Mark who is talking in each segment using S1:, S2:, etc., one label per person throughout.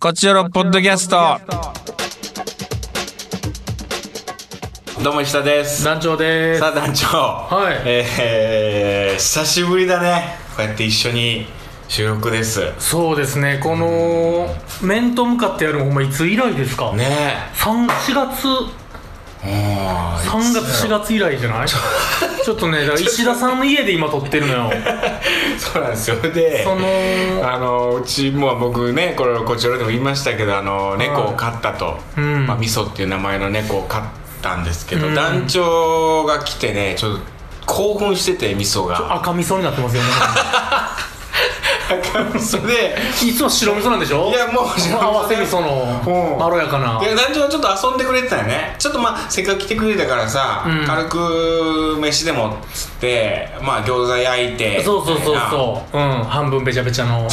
S1: こちらのポッドキャスト。どうも石田です。
S2: 団長です
S1: さあ団長。
S2: い
S1: えー久しぶりだね。こうやって一緒に収録です。
S2: そうですねこの面と向かってやるのほんまいつ以来ですか、
S1: ね
S2: 三4月
S1: え。もう
S2: 3月4月以来じ ゃないちょっとねだから石田さんの家で今撮ってるのよ
S1: そうなんですよ。で。
S2: その
S1: あのうちも僕ねこれこちらでも言いましたけどあの猫を飼ったと、
S2: うん
S1: まあ、みそっていう名前の猫を飼ったんですけど、
S2: うん
S1: 団長が来てねちょっと興奮しててみそが
S2: 赤味噌になってますよね
S1: それで
S2: いつも白味噌なんでしょ
S1: いやもう白味噌
S2: 合わせ味噌
S1: うん
S2: のまろやかな
S1: で団長はちょっと遊んでくれてたよねちょっとまあせっかく来てくれたからさ、
S2: うん
S1: 軽く飯でもっつってまあ餃子焼いて
S2: そうそうそう
S1: みたいな
S2: そううん半分べちゃべち ゃの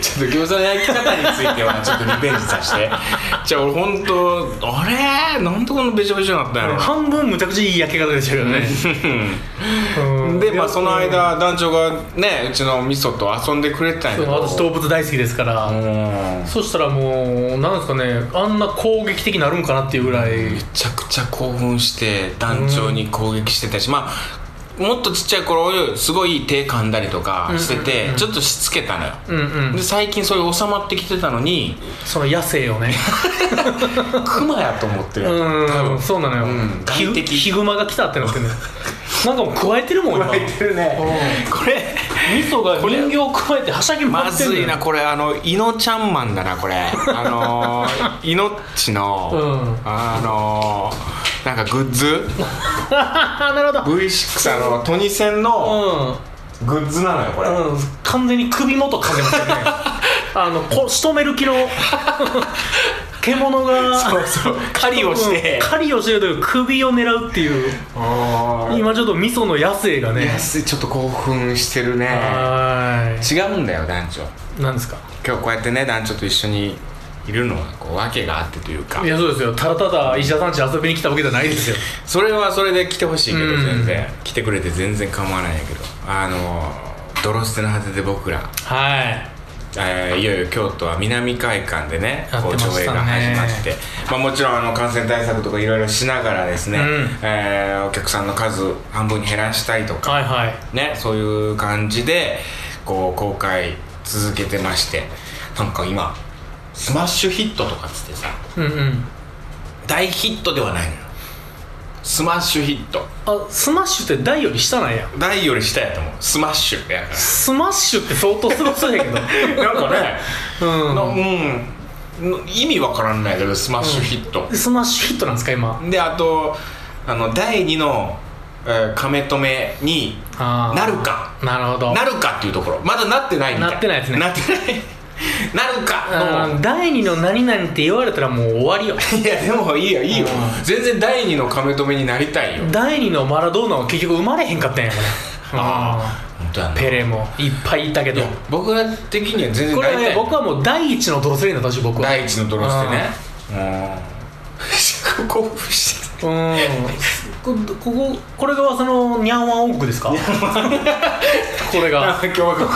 S1: ちょっと餃子の焼き方についてはちょっとリベンジさせ てじゃあ俺本当あれなんでこんなべちゃべちゃになったんやろな
S2: 半分むちゃくちゃいい焼け方でしたけどね、う ん
S1: でまあその間団長がねうちの味噌と遊んでくれてたんや
S2: そ
S1: け
S2: う
S1: ど
S2: 私動物大好きですから、
S1: うんめ
S2: そしたらもうなんですかねあんな攻撃的になるんかなっていうぐらい
S1: ちゃくちゃ興奮して団長に攻撃してたし、まあもっとちっちゃい頃すごい手噛んだりとかしてて、ちょっとしつけたのよ、
S2: うんうん
S1: で最近それ収まってきてたのに
S2: その野生をね
S1: クマやと思ってる
S2: う
S1: 多分
S2: んそうなのよ、
S1: うん
S2: ヒ
S1: 外
S2: グ
S1: 敵
S2: ヒグマが来たってなっ てねなんかもう加えてるもん今
S1: てるねこれ
S2: 味噌が
S1: これ
S2: 人形を加えてはしゃぎ
S1: ま
S2: 回ってんの
S1: ず
S2: よ
S1: いなこれあのイノちゃんマンだなこれあの ー、イノッチの、
S2: うん
S1: あのー、なんかグッズ
S2: あなるほ
S1: V6 あのトニセンの
S2: ど
S1: グッズなのよこれ、
S2: うん、うん、完全に首元かけます よねあのこ仕留める気の獣が
S1: そうそう狩りをして
S2: うん狩りをしてるという首を狙うっていう
S1: あ
S2: 今ちょっと味噌の野生が
S1: あ
S2: ね
S1: 安いちょっと興奮してるね
S2: は
S1: 違うんだよ団長
S2: いなんですか
S1: 今日こうやってね団長と一緒にいるのはこう訳があってというか
S2: いやそうですよただただ石田さん家遊びに来たわけじゃないですよ
S1: それはそれで来てほしいけど
S2: うん
S1: 全然来てくれて全然構わないんやけどあのー、泥捨ての果てで僕ら
S2: はい
S1: えーいよいよ京都は南会館でね
S2: やって
S1: こう
S2: ましたね
S1: 上映が始まって、まあ、もちろんあの感染対策とかいろいろしながらですね、
S2: うん
S1: えーお客さんの数半分に減らしたりとか、
S2: はいはい
S1: ね、そういう感じでこう公開続けてましてなんか今スマッシュヒットとかっつってさ
S2: うんうん
S1: 大ヒットではないのよスマッシュヒット
S2: あスマッシュって台より下なんや
S1: 大より下やと思うスマッシュやか
S2: スマッシュって相当すごそうやけど
S1: らなんかね、な
S2: う
S1: うん意味わからんないけどスマッシュヒット、
S2: んスマッシュヒットなんですか今
S1: であとあの第2の、えー、亀止めに
S2: あー
S1: なるか
S2: なるほど
S1: なるかっていうところまだなってないみたい
S2: なってないですね
S1: なってない なるか
S2: あー第二の何々って言われたらもう終わりよ
S1: のいやでもいいよいいよ
S2: う
S1: 全然第2の亀止めになりたいよ、
S2: 第二のマラドーナは結局生まれへんかったんやこ れ
S1: あ本当や
S2: う
S1: なん
S2: ペレもいっぱいいたけ
S1: い
S2: ど
S1: や僕ら的には全然
S2: こ
S1: なり
S2: れ
S1: た
S2: ね
S1: い
S2: 僕はもう第一のドロスレインだった私僕は
S1: 第1のドロスでねうん興奮して
S2: うんここここれがそのニャンワンオークです かこれが
S1: た今日はここ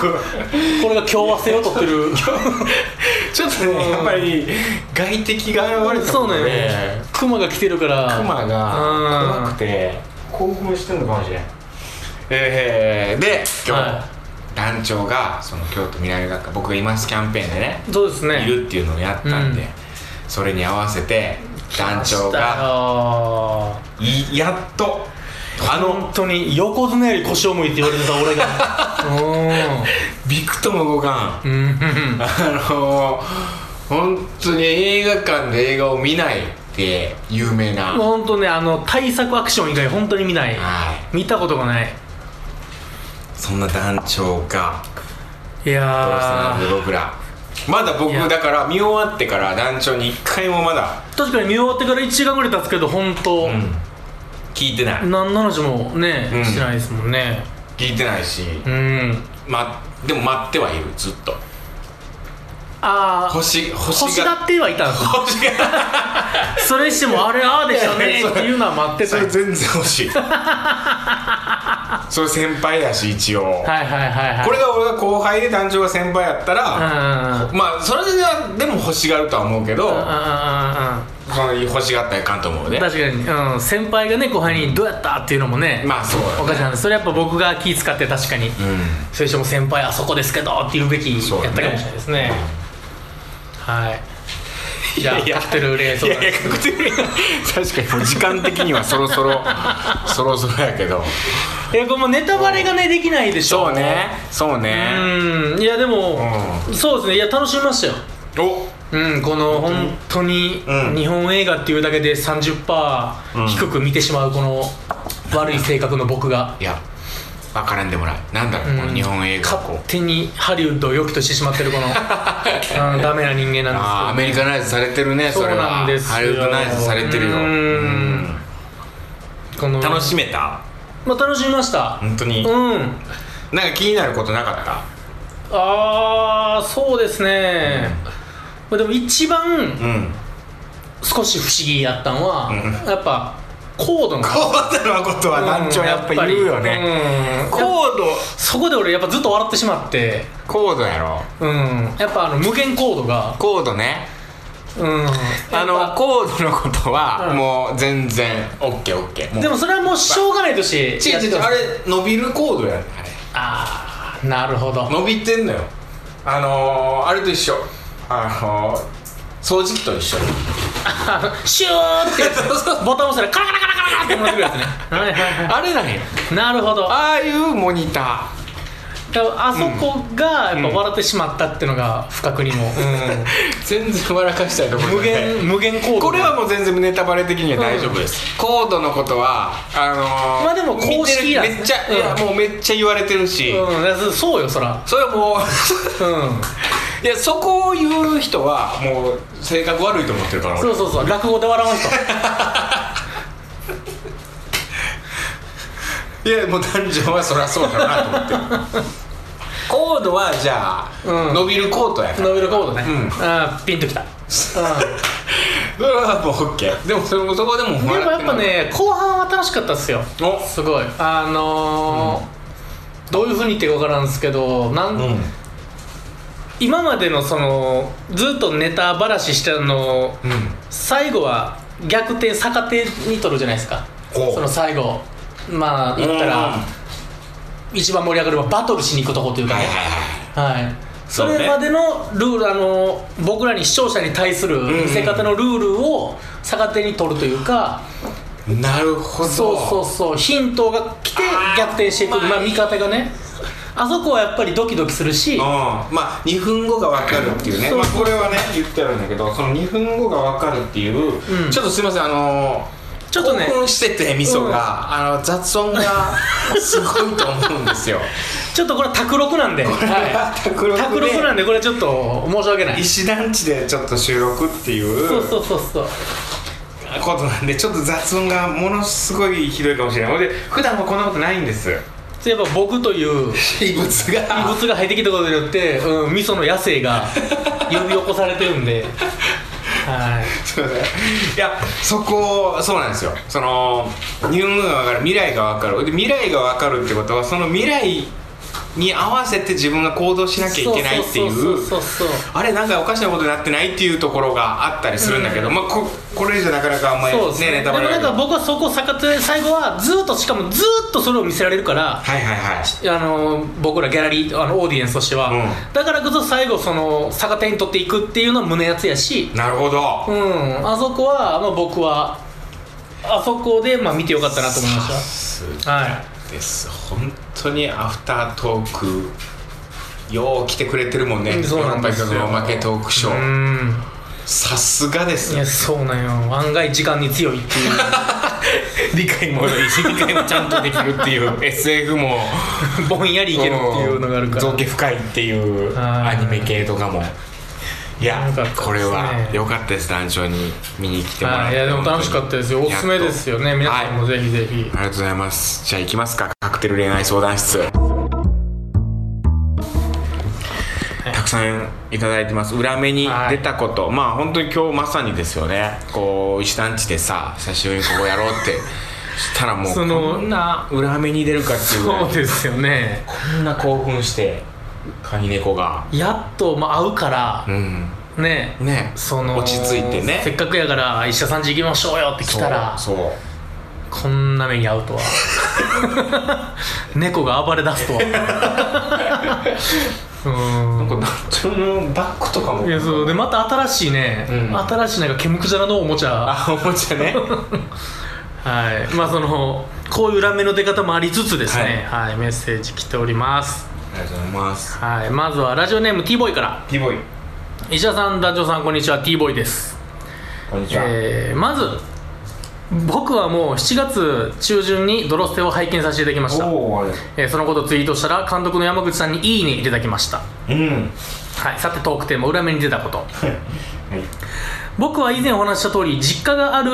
S2: これが共和制を取ってる
S1: ちょっとねやっぱり外敵が現れた
S2: そう
S1: の
S2: なん
S1: で、
S2: よねクマが来てるから
S1: クマ
S2: うん
S1: が怖くて興奮してんのかもしれんえー、で今日、
S2: は
S1: 団長がその京都南学科僕がいますキャンペーンでね
S2: そうですね
S1: いるっていうのをやったんで、
S2: うん
S1: それに合わせて団長が
S2: が
S1: いやっとあの
S2: 本当に横綱より腰を向いて言われてた俺が
S1: びくとも動かん
S2: うんうんうん
S1: あのー、本当に映画館で映画を見ないって有名な、はい
S2: 本当ねあの対策アクション以外本当に見ない見たことがない
S1: そんな団長が
S2: い
S1: どうした
S2: や
S1: の
S2: ー
S1: 僕らまだ僕
S2: いや
S1: だから見終わってから団長に一回もまだ、
S2: 確かに見終わってから1時間ぐらい経つけど本当、
S1: 聞いてない
S2: 何の話もね、
S1: うん
S2: してないですもんね
S1: 聞いてないし、
S2: うん
S1: ま、でも待ってはいるずっと
S2: ああ
S1: 星
S2: 欲
S1: 星
S2: し
S1: が
S2: がってはい たんです
S1: 星が
S2: それ にしてもあれああでしたねっていうのは待って
S1: そ
S2: た
S1: れ
S2: よ
S1: 全然欲しいそれ先輩やし一応、
S2: はいはいはいはい
S1: これが俺が後輩で団長が先輩やったら、
S2: うん
S1: まあそれではでも欲しがるとは思うけど、
S2: うんうんうんうん
S1: その欲しがったらいかんと思うで
S2: 確かに、うん、先輩がね後輩に「どうやった?」っていうのもね、
S1: まあそうだね
S2: おかしなんでそれやっぱ僕が気使って確かに、
S1: うん
S2: それにしても先輩あそこですけどって言うべきやった
S1: そう
S2: か
S1: だ
S2: も
S1: ね
S2: しれないですねはいじゃあ
S1: いやいや
S2: カクテル冷
S1: い
S2: 蔵庫
S1: やいや確定確かにもう時間的にはそろそ ろそろそろやけど
S2: えこれもうネタバレがねできないでしょ
S1: そうねそうね
S2: うんいやでも、
S1: う
S2: そうですねいや楽しみましたよ
S1: お
S2: うん、この本当に
S1: うん
S2: 日本映画っていうだけで30%
S1: うん
S2: 低く見てしまうこの悪い性格の僕が
S1: いや分からんでもないなんだろう、この日本映画をこ
S2: 勝
S1: う
S2: 手にハリウッドを良きとしてしまってるこ の、うん、ダメな人間
S1: あー
S2: な
S1: ア
S2: んで
S1: メリカナイズされてるねそれは
S2: そうなんですよ
S1: ハリウッドナイズされてるよ
S2: うんすけどこの
S1: 楽しめた
S2: まあ、楽しみました
S1: 本当に、
S2: うん
S1: なんか気になることなかった
S2: ああそうですね、まあでも一番
S1: うん
S2: 少し不思議やったのは、
S1: う
S2: やっぱコードの
S1: 高度のことは団長やっぱ言うよね、
S2: ね
S1: 高度
S2: そこで俺やっぱずっと笑ってしまって
S1: 高度やろ
S2: うんやっぱあの無限コードが
S1: 高度ね
S2: うん
S1: あの高度のことは
S2: うん
S1: もう全然オッケーオッケーもう
S2: でもそれはもうしょうがないとして
S1: ち
S2: や
S1: ち
S2: って
S1: ち
S2: ます
S1: あれ伸びる高度やねあれ
S2: あーなるほど
S1: 伸びてんのよあのー、あれと一緒あのー、掃除機と一 緒
S2: シューってやつボタン押したらカラカラカラカラって戻ってくるやつねはいはいは
S1: あれなんよ
S2: いなるほどあ
S1: ああいうモニタ
S2: あそこがやっぱ笑ってしまったっていうのが不覚にも、う
S1: ー 全然笑かしたいとこ
S2: ん、
S1: ろ
S2: 無限無限コード
S1: これはもう全然ネタバレ的には大丈夫です、コードのことはあのー、
S2: まあでも公式や
S1: 見てるめっちゃ、
S2: うん
S1: いやもうめっちゃ言われてるし、
S2: うんだからそうよそら
S1: それはも
S2: うん
S1: う いやそこを言う人はもう性格悪いと思ってるから
S2: そ
S1: 俺
S2: うそうそう落語で 笑わん人
S1: いやもう男女はそりゃそうだなと思って コードはじゃあ、
S2: うん
S1: 伸びるコートやから
S2: ノベルコードね、
S1: うん
S2: あーピンときた、う
S1: それはもう OK でもそれもそこでも
S2: ん、でもやっぱね後半は楽しかったっすよ
S1: お
S2: すごいあのーどういうふうに言っていいか分からんですけどなん、
S1: うん
S2: 今までのそのずっとネタばらししてたのを、
S1: うん
S2: 最後は逆転逆手に取るじゃないですか
S1: お
S2: その最後まあ言ったら
S1: うん
S2: 一番盛り上がるのはバトルしに行くとこというか
S1: はいはい
S2: ね
S1: はい
S2: はい
S1: そ
S2: そう
S1: ね
S2: れまでのルールあの僕らに視聴者に対する見せ方のルールを逆手に取るというか、
S1: なるほど
S2: そうそうそうヒントが来て
S1: あー
S2: 逆転していく
S1: うまい
S2: まあ味方がねあそこはやっぱりドキドキするし
S1: うんまあ2分後が分かるっていうね、
S2: そう
S1: まあ、これはね言ってあるんだけどその2分後が分かるっていう、
S2: うん
S1: ちょっとすいませんあのー、
S2: ちょっとね
S1: 興奮してて味噌が、
S2: うん
S1: あの雑音がすごいと思うんですよ
S2: ちょっとこれは卓録なんでは
S1: 卓
S2: い卓録なんでこれちょっと申し訳ない
S1: 石段地でちょっと収録っていう
S2: そうそうそうそう
S1: ことなんでちょっと雑音がものすごいひどいかもしれないほんで普段はこんなことないんです
S2: やっぱ僕という
S1: 異物が
S2: 異物が入ってきたことによって、うん、味噌の野 生が呼び起こされてるんではい
S1: そうねいやそこそうなんですよその日本語が分かる未来が分かるで未来が分かるってことはその未来に合わせて自分が行動しなきゃいけないってい
S2: そう
S1: う
S2: そうそうそう
S1: あれなんかおかしなことになってないっていうところがあったりするんだけど、まあここれ以上なかなかあんまり
S2: そうですね
S1: ねネ
S2: で
S1: タ
S2: も
S1: バレ
S2: なんか
S1: は
S2: 僕はそこを逆手最後はずーっとしかもずーっとそれを見せられるから
S1: はいはい
S2: あの僕らギャラリーあのオーディエンスとしては、
S1: うん
S2: だからこそ最後その逆手に取っていくっていうのは胸やつやし
S1: なるほど、
S2: うんあそこは、まあ、僕はあそこで、まあ、見てよかったなと思いまし
S1: す
S2: たはい
S1: です本当にアフタートークよう来てくれてるもんね
S2: うんそうなんですよ
S1: ヨーロッパ企画のおまけトークショ
S2: う
S1: ー
S2: ん
S1: さすがです
S2: いやそうなんよ案外時間に強いっていう
S1: 理解もいいし理解もちゃんとできるっていう SF も
S2: ぼんやりいけるっていうのがあるから
S1: 造形深いっていう
S2: は
S1: ア
S2: い
S1: ニメ系とかもいや
S2: よかったですね
S1: これは良かったです団長に見に来てもらっ
S2: はい、
S1: て
S2: いやでも楽しかったですよおすすめです
S1: よ
S2: よね皆さんもぜひぜひ、
S1: ありがとうございますじゃあ行きますかカクテル恋愛相談室たくさんいただいてます裏目に出たこと、まあ本当に今日まさにですよねこう石段地でさ久しぶりにここやろうって したらもう
S2: その
S1: こんな裏目に出るかっていうぐらい
S2: そうですよね
S1: こんな興奮して飼い猫が
S2: やっと、まあ、会うから
S1: う、ん
S2: ね
S1: ね
S2: その
S1: 落ち着いてね
S2: せっかくやから医者さんち行きましょうよって来たら
S1: そうそう
S2: こんな目に遭うとは 猫が暴れ出すと は
S1: なんかそのバッグとか
S2: う
S1: も
S2: んいやそうでまた新しいね、
S1: うん
S2: 新しいなんか毛むくじゃらのおもちゃ
S1: あおもちゃね
S2: はいまあそのこういう裏目の出方もありつつですねはい、メッセージ来ております
S1: ありがとうございます
S2: はいまずはラジオネーム T ボーイから
S1: ティボイ
S2: 石田さん団長さんこんにちは T ボーイです
S1: こんにちは、
S2: えーまず僕はもう7月中旬に「ドロステ」を拝見させていただきました、
S1: おおあれ
S2: えーそのことをツイートしたら監督の山口さんに「いいね」いただきました、
S1: うん
S2: はい、さてトークテーマ裏目に出たこと
S1: はい
S2: 僕は以前お話しした通り実家がある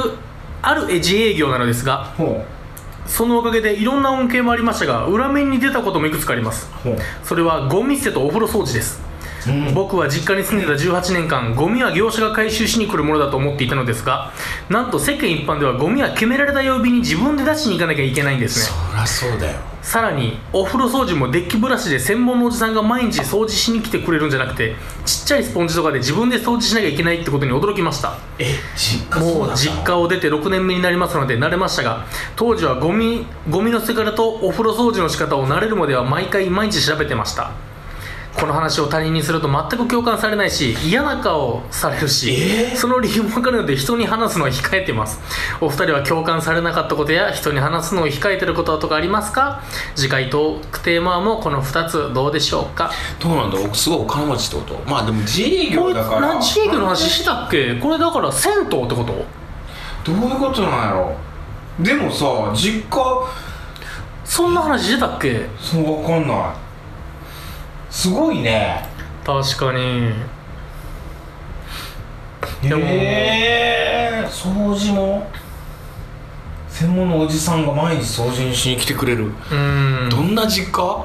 S2: ある自営業なのですが
S1: ほう
S2: そのおかげでいろんな恩恵もありましたが裏面に出たこともいくつかあります
S1: ほう
S2: それはゴミ捨てとお風呂掃除です
S1: うん
S2: 僕は実家に住んでた18年間ゴミは業者が回収しに来るものだと思っていたのですがなんと世間一般ではゴミは決められた曜日に自分で出しに行かなきゃいけないんですね
S1: りゃそうだよ
S2: さらにお風呂掃除もデッキブラシで専門のおじさんが毎日掃除しに来てくれるんじゃなくてちっちゃいスポンジとかで自分で掃除しなきゃいけないってことに驚きました
S1: え実家そう
S2: も
S1: なん
S2: う
S1: だ
S2: 実家を出て6年目になりますので慣れましたが当時はゴミゴミの捨て方とお風呂掃除の仕方を慣れるまでは毎回毎日調べてましたこの話を他人にすると全く共感されないし嫌な顔されるし、
S1: えー
S2: その理由もわかるので人に話すのは控えてますお二人は共感されなかったことや人に話すのを控えてることとかありますか次回トークテーマもこの2つどうでしょうか
S1: どうなんだすごいお金持ちってことまあでも自営業だから
S2: これ地域の話したっけこれだから銭湯ってこ
S1: ど
S2: と
S1: ういうことなんやろでもさ実家
S2: そんな話してたっけ
S1: そうわかんないすごいね
S2: 確かにでも
S1: へえ掃除も専門のおじさんが毎日掃除にしに来てくれる、
S2: うん
S1: どんな実家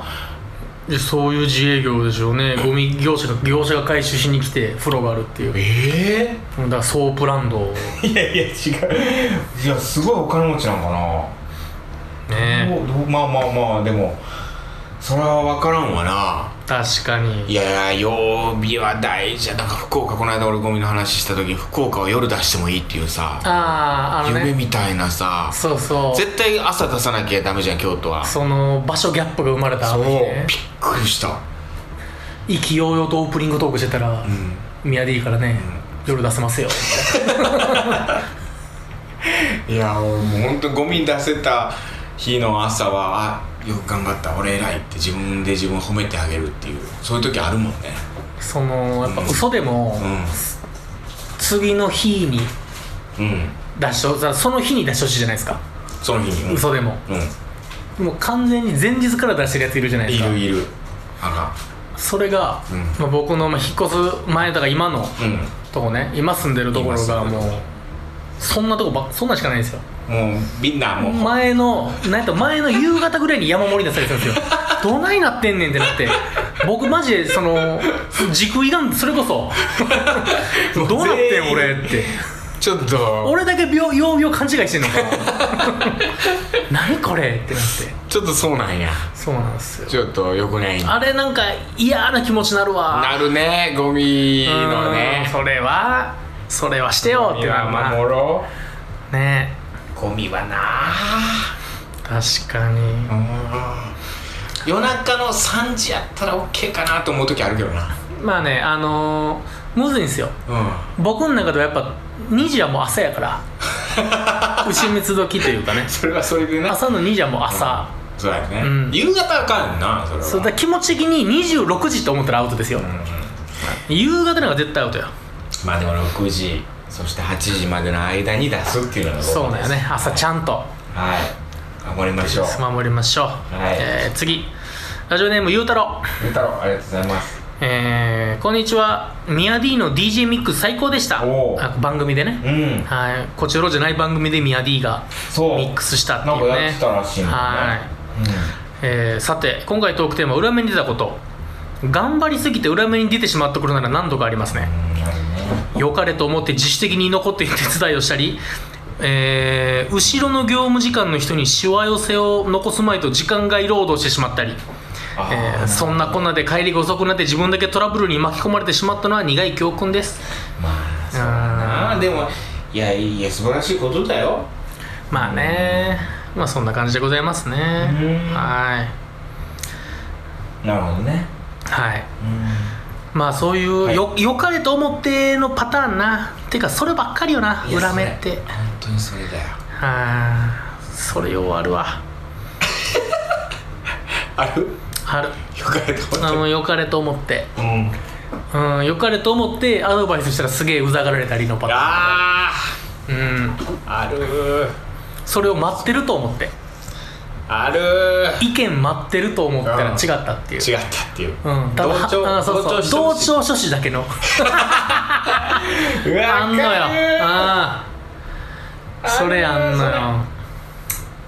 S2: でそういう自営業でしょうねゴミ業者が業者が回収しに来て風呂があるっていうだ
S1: え
S2: からソープランドを
S1: えいやいや違ういやすごいお金持ちなんかな、
S2: ね
S1: どうどうまあまあまあでもそれは分からんわな
S2: 確か
S1: い
S2: に
S1: やいや曜日は大事やだから福岡この間俺ゴミの話した時福岡は夜出してもいいっていうさ
S2: あああの
S1: 夢
S2: ね
S1: みたいなさ
S2: そうそう
S1: 絶対朝出さなきゃダメじゃん京都は
S2: その場所ギャップが生まれた
S1: そう
S2: ね
S1: びっくりした
S2: 意気揚々とオープニングトークしてたら
S1: うん
S2: ミヤディからね夜出せますよ
S1: いや俺もう本当ゴミ出せた日の朝はあよく頑張った俺偉いって自分で自分を褒めてあげるっていうそういう時あるもんね
S2: そのやっぱ嘘でも次の日に
S1: うんうん
S2: 出しとその日に出してほしいじゃないですか
S1: その日にうん
S2: 嘘でも
S1: う
S2: もう完全に前日から出してるやついるじゃない
S1: ん
S2: で
S1: い
S2: すか
S1: るいるあ
S2: それが、
S1: うん
S2: まあ、僕のまあ引っ越す前だから今の
S1: らんうん
S2: とこね今住んでるところが
S1: 今住んで
S2: も
S1: る
S2: うそんなとこばそんなんしかないんですよ
S1: もうみんなもう
S2: 前のなんやった前の夕方ぐらいに山盛り出されてたんで すよどないなってんねんってなって僕マジでその軸胃がんそれこそ
S1: もう
S2: どうなって
S1: 全
S2: ん
S1: 員
S2: 俺って
S1: ちょっと
S2: 俺だけ病曜日を勘違いし てんのかな何これってなって
S1: ちょっとそうなんや
S2: そうなんですよ
S1: ちょっとよくない
S2: あれなんか嫌な気持ちになるわ
S1: なるねゴミの
S2: う
S1: ね
S2: んそれはそれはしてよっていうのはま
S1: 守ろ
S2: あね
S1: うゴミはな
S2: 確かに
S1: 夜中の3時やったら OK かなと思う時あるけどな
S2: まあねあのー、むずいんですよ
S1: う
S2: 僕の中ではやっぱ2時はもう朝やから 牛蜜時というかね
S1: んそれはそれでね
S2: 朝の2時はもう朝、
S1: そうやね、
S2: うん
S1: 夕方あかんなそれは
S2: そうだから気持ち的に26時と思ったらアウトですよ、
S1: うんうん
S2: 夕方なんか絶対アウトよ
S1: まあでも6時そして8時までの間に出すっていうのが
S2: そうだよね朝ち
S1: ん
S2: ゃんと
S1: はい頑張りましょう
S2: 守りましょう、
S1: はい
S2: えー次ラジオネームゆうたろう
S1: ゆうたろうありがとうございます
S2: えーこんにちはミヤ D の DJ ミックス最高でした
S1: おー
S2: あ番組でね、
S1: うん
S2: はいこちらじゃない番組でミヤ D が
S1: そう
S2: ミックスしたって
S1: なん
S2: い
S1: か
S2: うね
S1: やってたらしいもんね
S2: はい、えーさて今回トークテーマ裏目に出たこと頑張りすぎて裏目に出てしまったことなら何度かありますね
S1: うんうんあるね
S2: 良かれと思って自主的に残っている手伝いをしたりえー後ろの業務時間の人にしわ寄せを残すまいと時間外労働してしまったり、えーそんなこんなで帰りが遅くなって自分だけトラブルに巻き込まれてしまったのは苦い教訓です
S1: まあそうだなでもいやいや素晴らしいことだよ
S2: まあねまあそんな感じでございますね
S1: うん
S2: はい
S1: なるほどね
S2: はい
S1: うん
S2: まあそういう、
S1: はい
S2: よよかれと思ってのパターンなてかそればっかりよな裏目って
S1: 本当にそれだよ
S2: あーそれようあるわ
S1: ある
S2: ある
S1: よかれと
S2: あ
S1: 思っ
S2: の良かれと思って
S1: てうん
S2: うん良かれと思ってアドバイスしたらすげえうざがられたりのパターン
S1: あ
S2: うん
S1: ーあるー
S2: それを待ってると思って
S1: あるー
S2: 意見待ってると思ったら違ったっていう
S1: 違ったっていう、
S2: うん、ただ
S1: 同調
S2: あそうそう
S1: 同調
S2: 同
S1: して
S2: 調処置だけの
S1: ほしいうわ
S2: あんのよ
S1: わかる
S2: ああそれあんのよ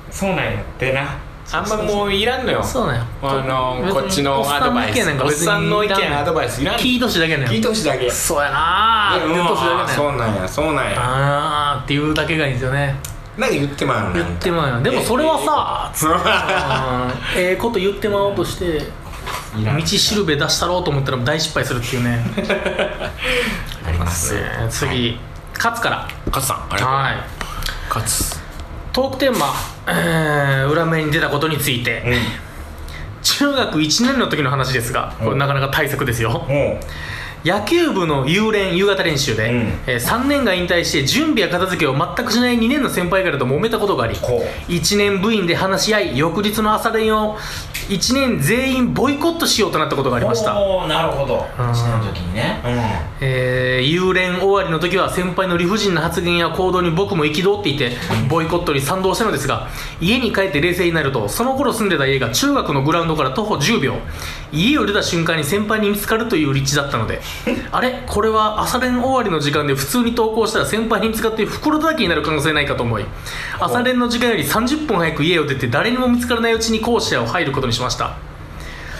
S1: そうなんやってなあんまもういらんのよ
S2: そうなんよ
S1: あの
S2: 別に
S1: こっちのアドバイス
S2: お
S1: お
S2: っ
S1: っ
S2: さ
S1: さ
S2: ん
S1: ん
S2: の
S1: の
S2: 意
S1: 意
S2: 見なんか別に
S1: 見アドバイスいらんの
S2: 聞いとしだけなの
S1: 聞い
S2: よ
S1: てほしいだけ
S2: そうやなーって
S1: いや
S2: 言
S1: う
S2: っ
S1: ん
S2: としだ
S1: あ
S2: け
S1: ー
S2: な
S1: そ
S2: の
S1: う
S2: よ
S1: なんやそうなんや
S2: あーっていうだけがいいんですよね
S1: なんか言ってまうの
S2: 言ってまうよでもそれはさつってうんええこと言ってまおうとして
S1: いらん
S2: 道しるべ出したろうと思ったら大失敗するっていうね
S1: あり ます
S2: ね次勝つから
S1: カツさんあれ
S2: はい
S1: カツ
S2: トークテーマ、えー裏面に出たことについて、
S1: う
S2: 中学1年の時の話ですがこれなかなか大作ですよ
S1: んも
S2: 野球部の夕練夕方練習で、
S1: うん
S2: え3年が引退して準備や片付けを全くしない2年の先輩からと揉めたことがあり
S1: ほう
S2: 1年部員で話し合い翌日の朝練を1年全員ボイコットしようとなったことがありました、
S1: おーなるほど
S2: ん
S1: 一年の時にねう
S2: えー、夕練終わりの時は先輩の理不尽な発言や行動に僕も憤っていてボイコットに賛同したのですが家に帰って冷静になるとその頃住んでた家が中学のグラウンドから徒歩10秒家を出た瞬間に先輩に見つかるという立地だったのであれこれは朝練終わりの時間で普通に投稿したら先輩に見つかって袋叩きになる可能性ないかと思い朝練の時間より30分早く家を出て誰にも見つからないうちに校舎を入ることにしました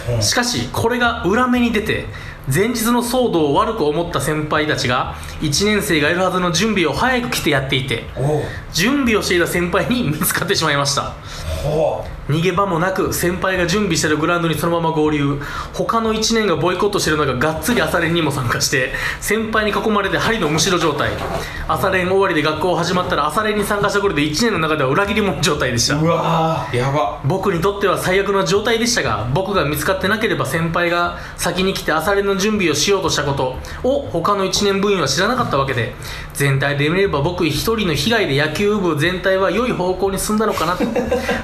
S1: うん
S2: しかしこれが裏目に出て前日の騒動を悪く思った先輩たちが1年生がいるはずの準備を早く来てやっていて
S1: んおう
S2: 準備をしていた先輩に見 つかってしまいました
S1: ほ
S2: 逃げ場もなく先輩が準備してるグラウンドにそのまま合流他の1年がボイコットしてるのががっつり朝練にも参加して先輩に囲まれて針のむしろ状態朝練終わりで学校始まったら朝練に参加した頃で1年の中では裏切り者状態でした
S1: ううわーやば
S2: 僕にとっては最悪の状態でしたが僕が見つかってなければ先輩が先に来て朝練の準備をしようとしたことを他の1年部員は知らなかったわけで全体で見れば僕一人の被害で野球部全体は良い方向に進んだのかなと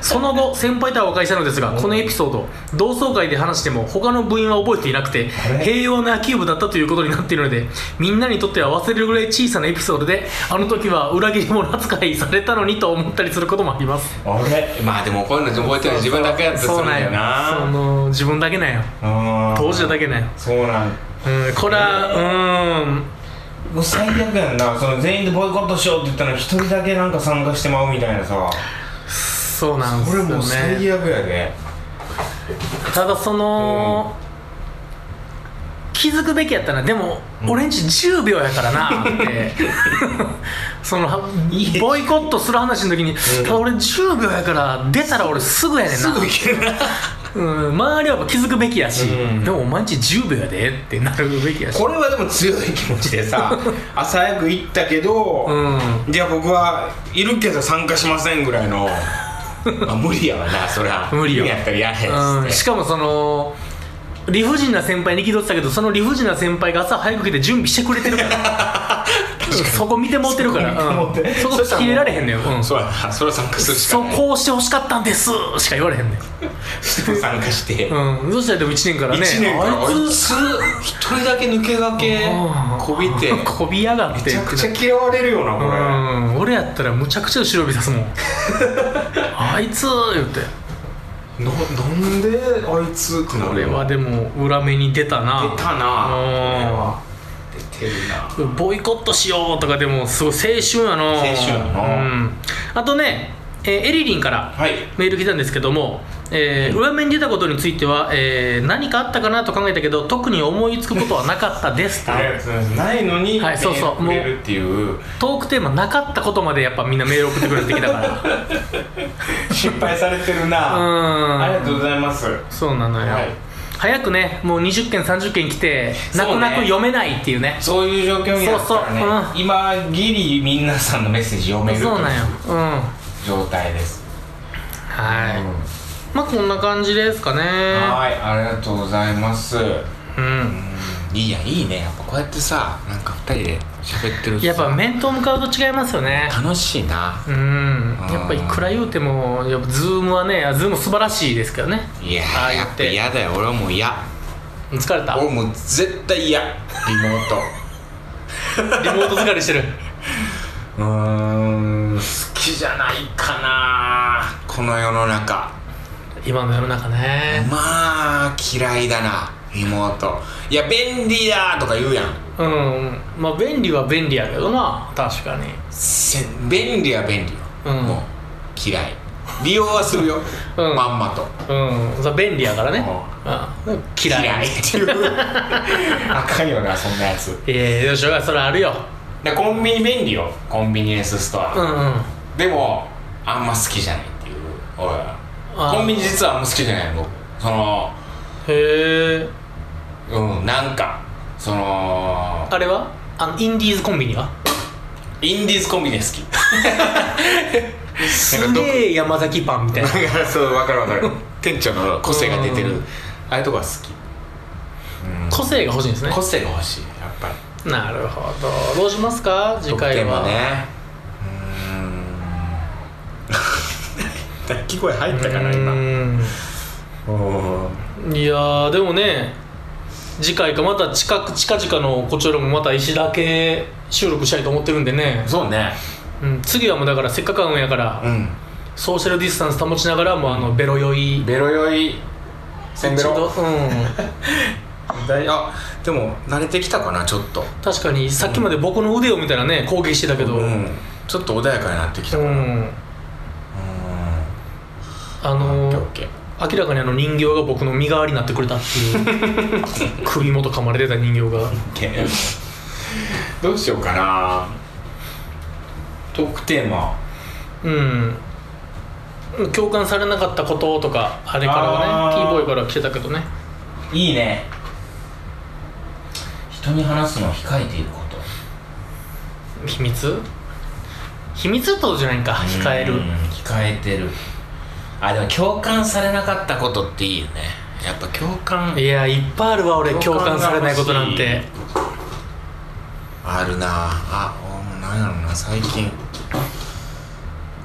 S2: その後先輩とは和解したのですがこのエピソード同窓会で話しても他の部員は覚えていなくて
S1: あれ
S2: 平和な野球部だったということになっているのでみんなにとっては忘れるぐらい小さなエピソードであの時は裏切り者扱いされたのにと思ったりすることもあります
S1: あれまあでもこういうの覚えてるの自分だけやったりするんだよ
S2: そう
S1: な
S2: の自分だけなんよ
S1: うん
S2: 当時だけなんよ、
S1: そうなん
S2: うん、これはうん
S1: もう最悪やんなその全員でボイコットしようって言ったのに一人だけなんか参加してまうみたいなさ
S2: そうなんです
S1: 俺
S2: よ
S1: もう最
S2: ね
S1: 悪やで
S2: ただその、気づくべきやったなでも、俺んち10秒やからなって そのボイコットする話の時に、ただ俺10秒やから出たら俺すぐやねんな
S1: けるな
S2: うん、周りはやっぱ気づくべきやし、
S1: うん
S2: でもお前んち10秒やでってなるべきやし
S1: これはでも強い気持ちで さ朝早く行ったけど、
S2: うん
S1: じゃあ僕はいるけど参加しませんぐらいのあ無理やわなそり ゃ
S2: 無理よ
S1: やったらやれっつ
S2: う
S1: っ、
S2: ん、してかもその理不尽な先輩に気取ってたけどその理不尽な先輩が朝早く来て準備してくれてるから そこ見てもうてるから
S1: そこ
S2: う
S1: 見てもうて
S2: んそこ
S1: そしたらもう
S2: 切れられへんねん、うん、そ
S1: そうやなそれは参加するしか
S2: う
S1: ない
S2: こうしてほしかったんですしか言われへんねん、
S1: 参加して、一
S2: うん、どうしたらでも1年からね
S1: 1年間
S2: あ
S1: あ
S2: い
S1: い
S2: つ
S1: つ一人だけ抜け駆けこびて
S2: こびやがって
S1: めちゃくちゃ嫌われるよなこ
S2: う
S1: れ、
S2: ん俺やったらむちゃくちゃ後ろ指さす もんあいつ言って
S1: ななんであいつってな
S2: 俺はでも裏目に出たな
S1: 出たな
S2: うん
S1: 俺は出てるな
S2: ボイコットしようとかでもすごい青春やな
S1: 青春やな
S2: うん、あとね、えーエリリンから
S1: はい
S2: メール来たんですけども、えー裏面に出たことについては、えー何かあったかなと考えたけど特に思いつくことはなかったです
S1: ないのに、
S2: はいそうそう
S1: ねくれるっていう
S2: トークテーマなかったことまでやっぱみんなメール送ってくれる敵だから
S1: 失敗されてる
S2: う
S1: な、
S2: ーん
S1: ありがとうございます
S2: そうなのよ、
S1: はい
S2: 早くねもう20件30件来て
S1: そうね
S2: 泣く泣く読めないっていうね
S1: そういう状況になったらね
S2: そうそう
S1: 今ギリ皆さんのメッセージ読める
S2: そう
S1: という
S2: なんようん
S1: 状態です、
S2: はい、
S1: うん
S2: まあこんな感じですかね
S1: はいありがとうございます
S2: うん
S1: いいやいいねやっぱこうやってさなんか2人で喋ってると
S2: やっぱ面と向かうと違いますよね
S1: 楽しいな
S2: うんやっぱいくら言うてもやっぱズームはねあズーム素晴らしいですけどね
S1: いや
S2: あ
S1: ー
S2: あ言
S1: や
S2: っ
S1: ってて嫌だよ俺はもう嫌
S2: 疲れた
S1: 俺もう絶対嫌リモー
S2: リモート疲れして る
S1: ト うーん好きじゃないかなこの世の中
S2: 今の世の中ね
S1: まあ嫌いだなリモートいや便利だとか言うやん
S2: うんまあ便利は便利やけどな確かに
S1: せ便利は便利よ、
S2: うん
S1: もう嫌い利用はするよ、
S2: うん
S1: まんまと
S2: うんそれ便利やからねうん嫌い
S1: っていう あかんよなそんなやつ
S2: いやいやしょうがないそれあるよ
S1: でコンビニ便利よコンビニエンスストア、
S2: うんうん
S1: でもあんま好きじゃないっていう俺は
S2: あー
S1: コンビニ実はあんま好きじゃないのその
S2: へえ
S1: うんなんかその
S2: あれはあのインディーズコンビ ニは
S1: インディーズコンビニ好き
S2: すげえ山崎パンみたいな
S1: だから そう分かる分かる 店長の個性が出てる
S2: うん
S1: ああいうとこは好き
S2: 個性が欲しいんですね
S1: 個性が欲しいやっぱり
S2: なるほどどうしますか次回は
S1: 得点ね うーん泣き声入ったかな
S2: う
S1: 今
S2: んいやーでもね次回かまた近く近々のこちらもまた石だけ収録したいと思ってるんでね、
S1: そうね
S2: うん、次はもうだからせっかくあるんやから、
S1: うん
S2: ソーシャルディスタンス保ちながらもうあのベロ酔い
S1: ベロ酔いせんべ
S2: ちょっ
S1: ろ
S2: とうん
S1: だいあでも慣れてきたかなちょっと
S2: 確かにさっきまで僕の腕をみたいなね攻撃してたけど
S1: うんちょっと穏やかになってきたか
S2: う
S1: なうん
S2: んあの
S1: オッケー
S2: ー
S1: オッケー
S2: 明らかにあの人形が僕の身代わりになってくれ たっていう首元噛まれてた人形が
S1: どうしようかなトークテーマ
S2: うん共感されなかったこととかあれからは
S1: あー
S2: ね T ボーイから来てたけどね
S1: いいね人に話すのを控えていること
S2: 秘密秘密ってことじゃないんか控える
S1: うん控えてるあでも共感されなかったことっていいよねやっぱ共感
S2: いやいっぱいあるわ俺共感されないことなんて
S1: あるなあおなんやろうな最近う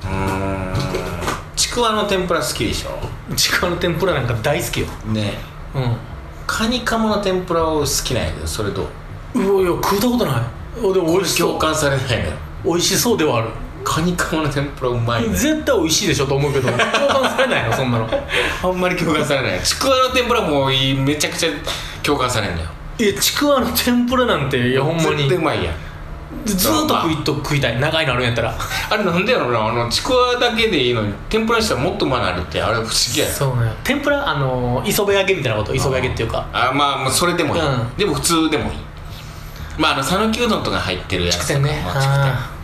S1: ーんちくわの天ぷら好きでしょ
S2: ちくわの天ぷらなんか大好きよ
S1: ね
S2: う
S1: カニカマの天ぷらを好きなんやけどそれどうん
S2: うわいや食ったことないおでも美味しそ
S1: 共
S2: う
S1: 感されないのよ
S2: 美味しそうではある
S1: カニカマの天ぷらうまいね
S2: 絶対美味しいでしょと思うけど共感されないのそんなの
S1: あんまり共感されないちくわの天ぷらもいいめちゃくちゃ共感されんのよ
S2: いやちくわの天ぷらなんていやほんまに
S1: 絶対うまいやん
S2: ずずーっと食いと食いたい長いのあるんやったら
S1: あれなんでやろうなあのちくわだけでいいのに天ぷらにしたらもっとうまなるってあれ不思議や
S2: そうね天ぷらあのー磯辺揚げみたいなこと磯辺揚げっていうか
S1: あまあまあそれでもいい、
S2: うん
S1: でも普通でもいいまああの讃岐うどんとか入ってるやつ
S2: 筑
S1: とか
S2: 前ね
S1: まあ筑前
S2: あー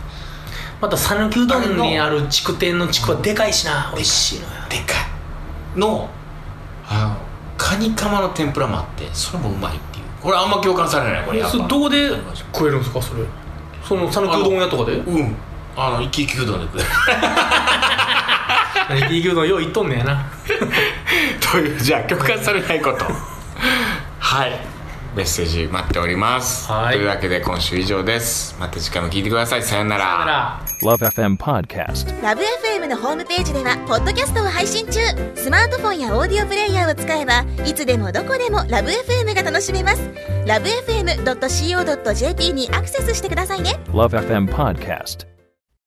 S2: また讃岐うどんにあ
S1: あ
S2: る筑天のちくわでかいしな美味しいのよ
S1: でかいのあのカニカマの天ぷらもあってそれもうまいっていうこれあんま共感されないこれやっぱ
S2: それどこで食えるんですかそれその讃岐うどん屋とかで
S1: うんあの一気一気うどんで食える
S2: 讃岐うどんよう行っとんねやな
S1: というじゃあ共感されないこと はいメッセージ待っております
S2: はい
S1: というわけで今週以上ですまた次回も聞いてくださいさよ
S2: だ
S1: な
S2: から
S3: Love FM Podcast.
S4: ラブ f m のホームページではポッドキャストを配信中スマートフォンやオーディオプレイヤーを使えばいつでもどこでもラブ f m が楽しめますラブ FM.co.jp にアクセスしてくださいね
S3: Love FM Podcast.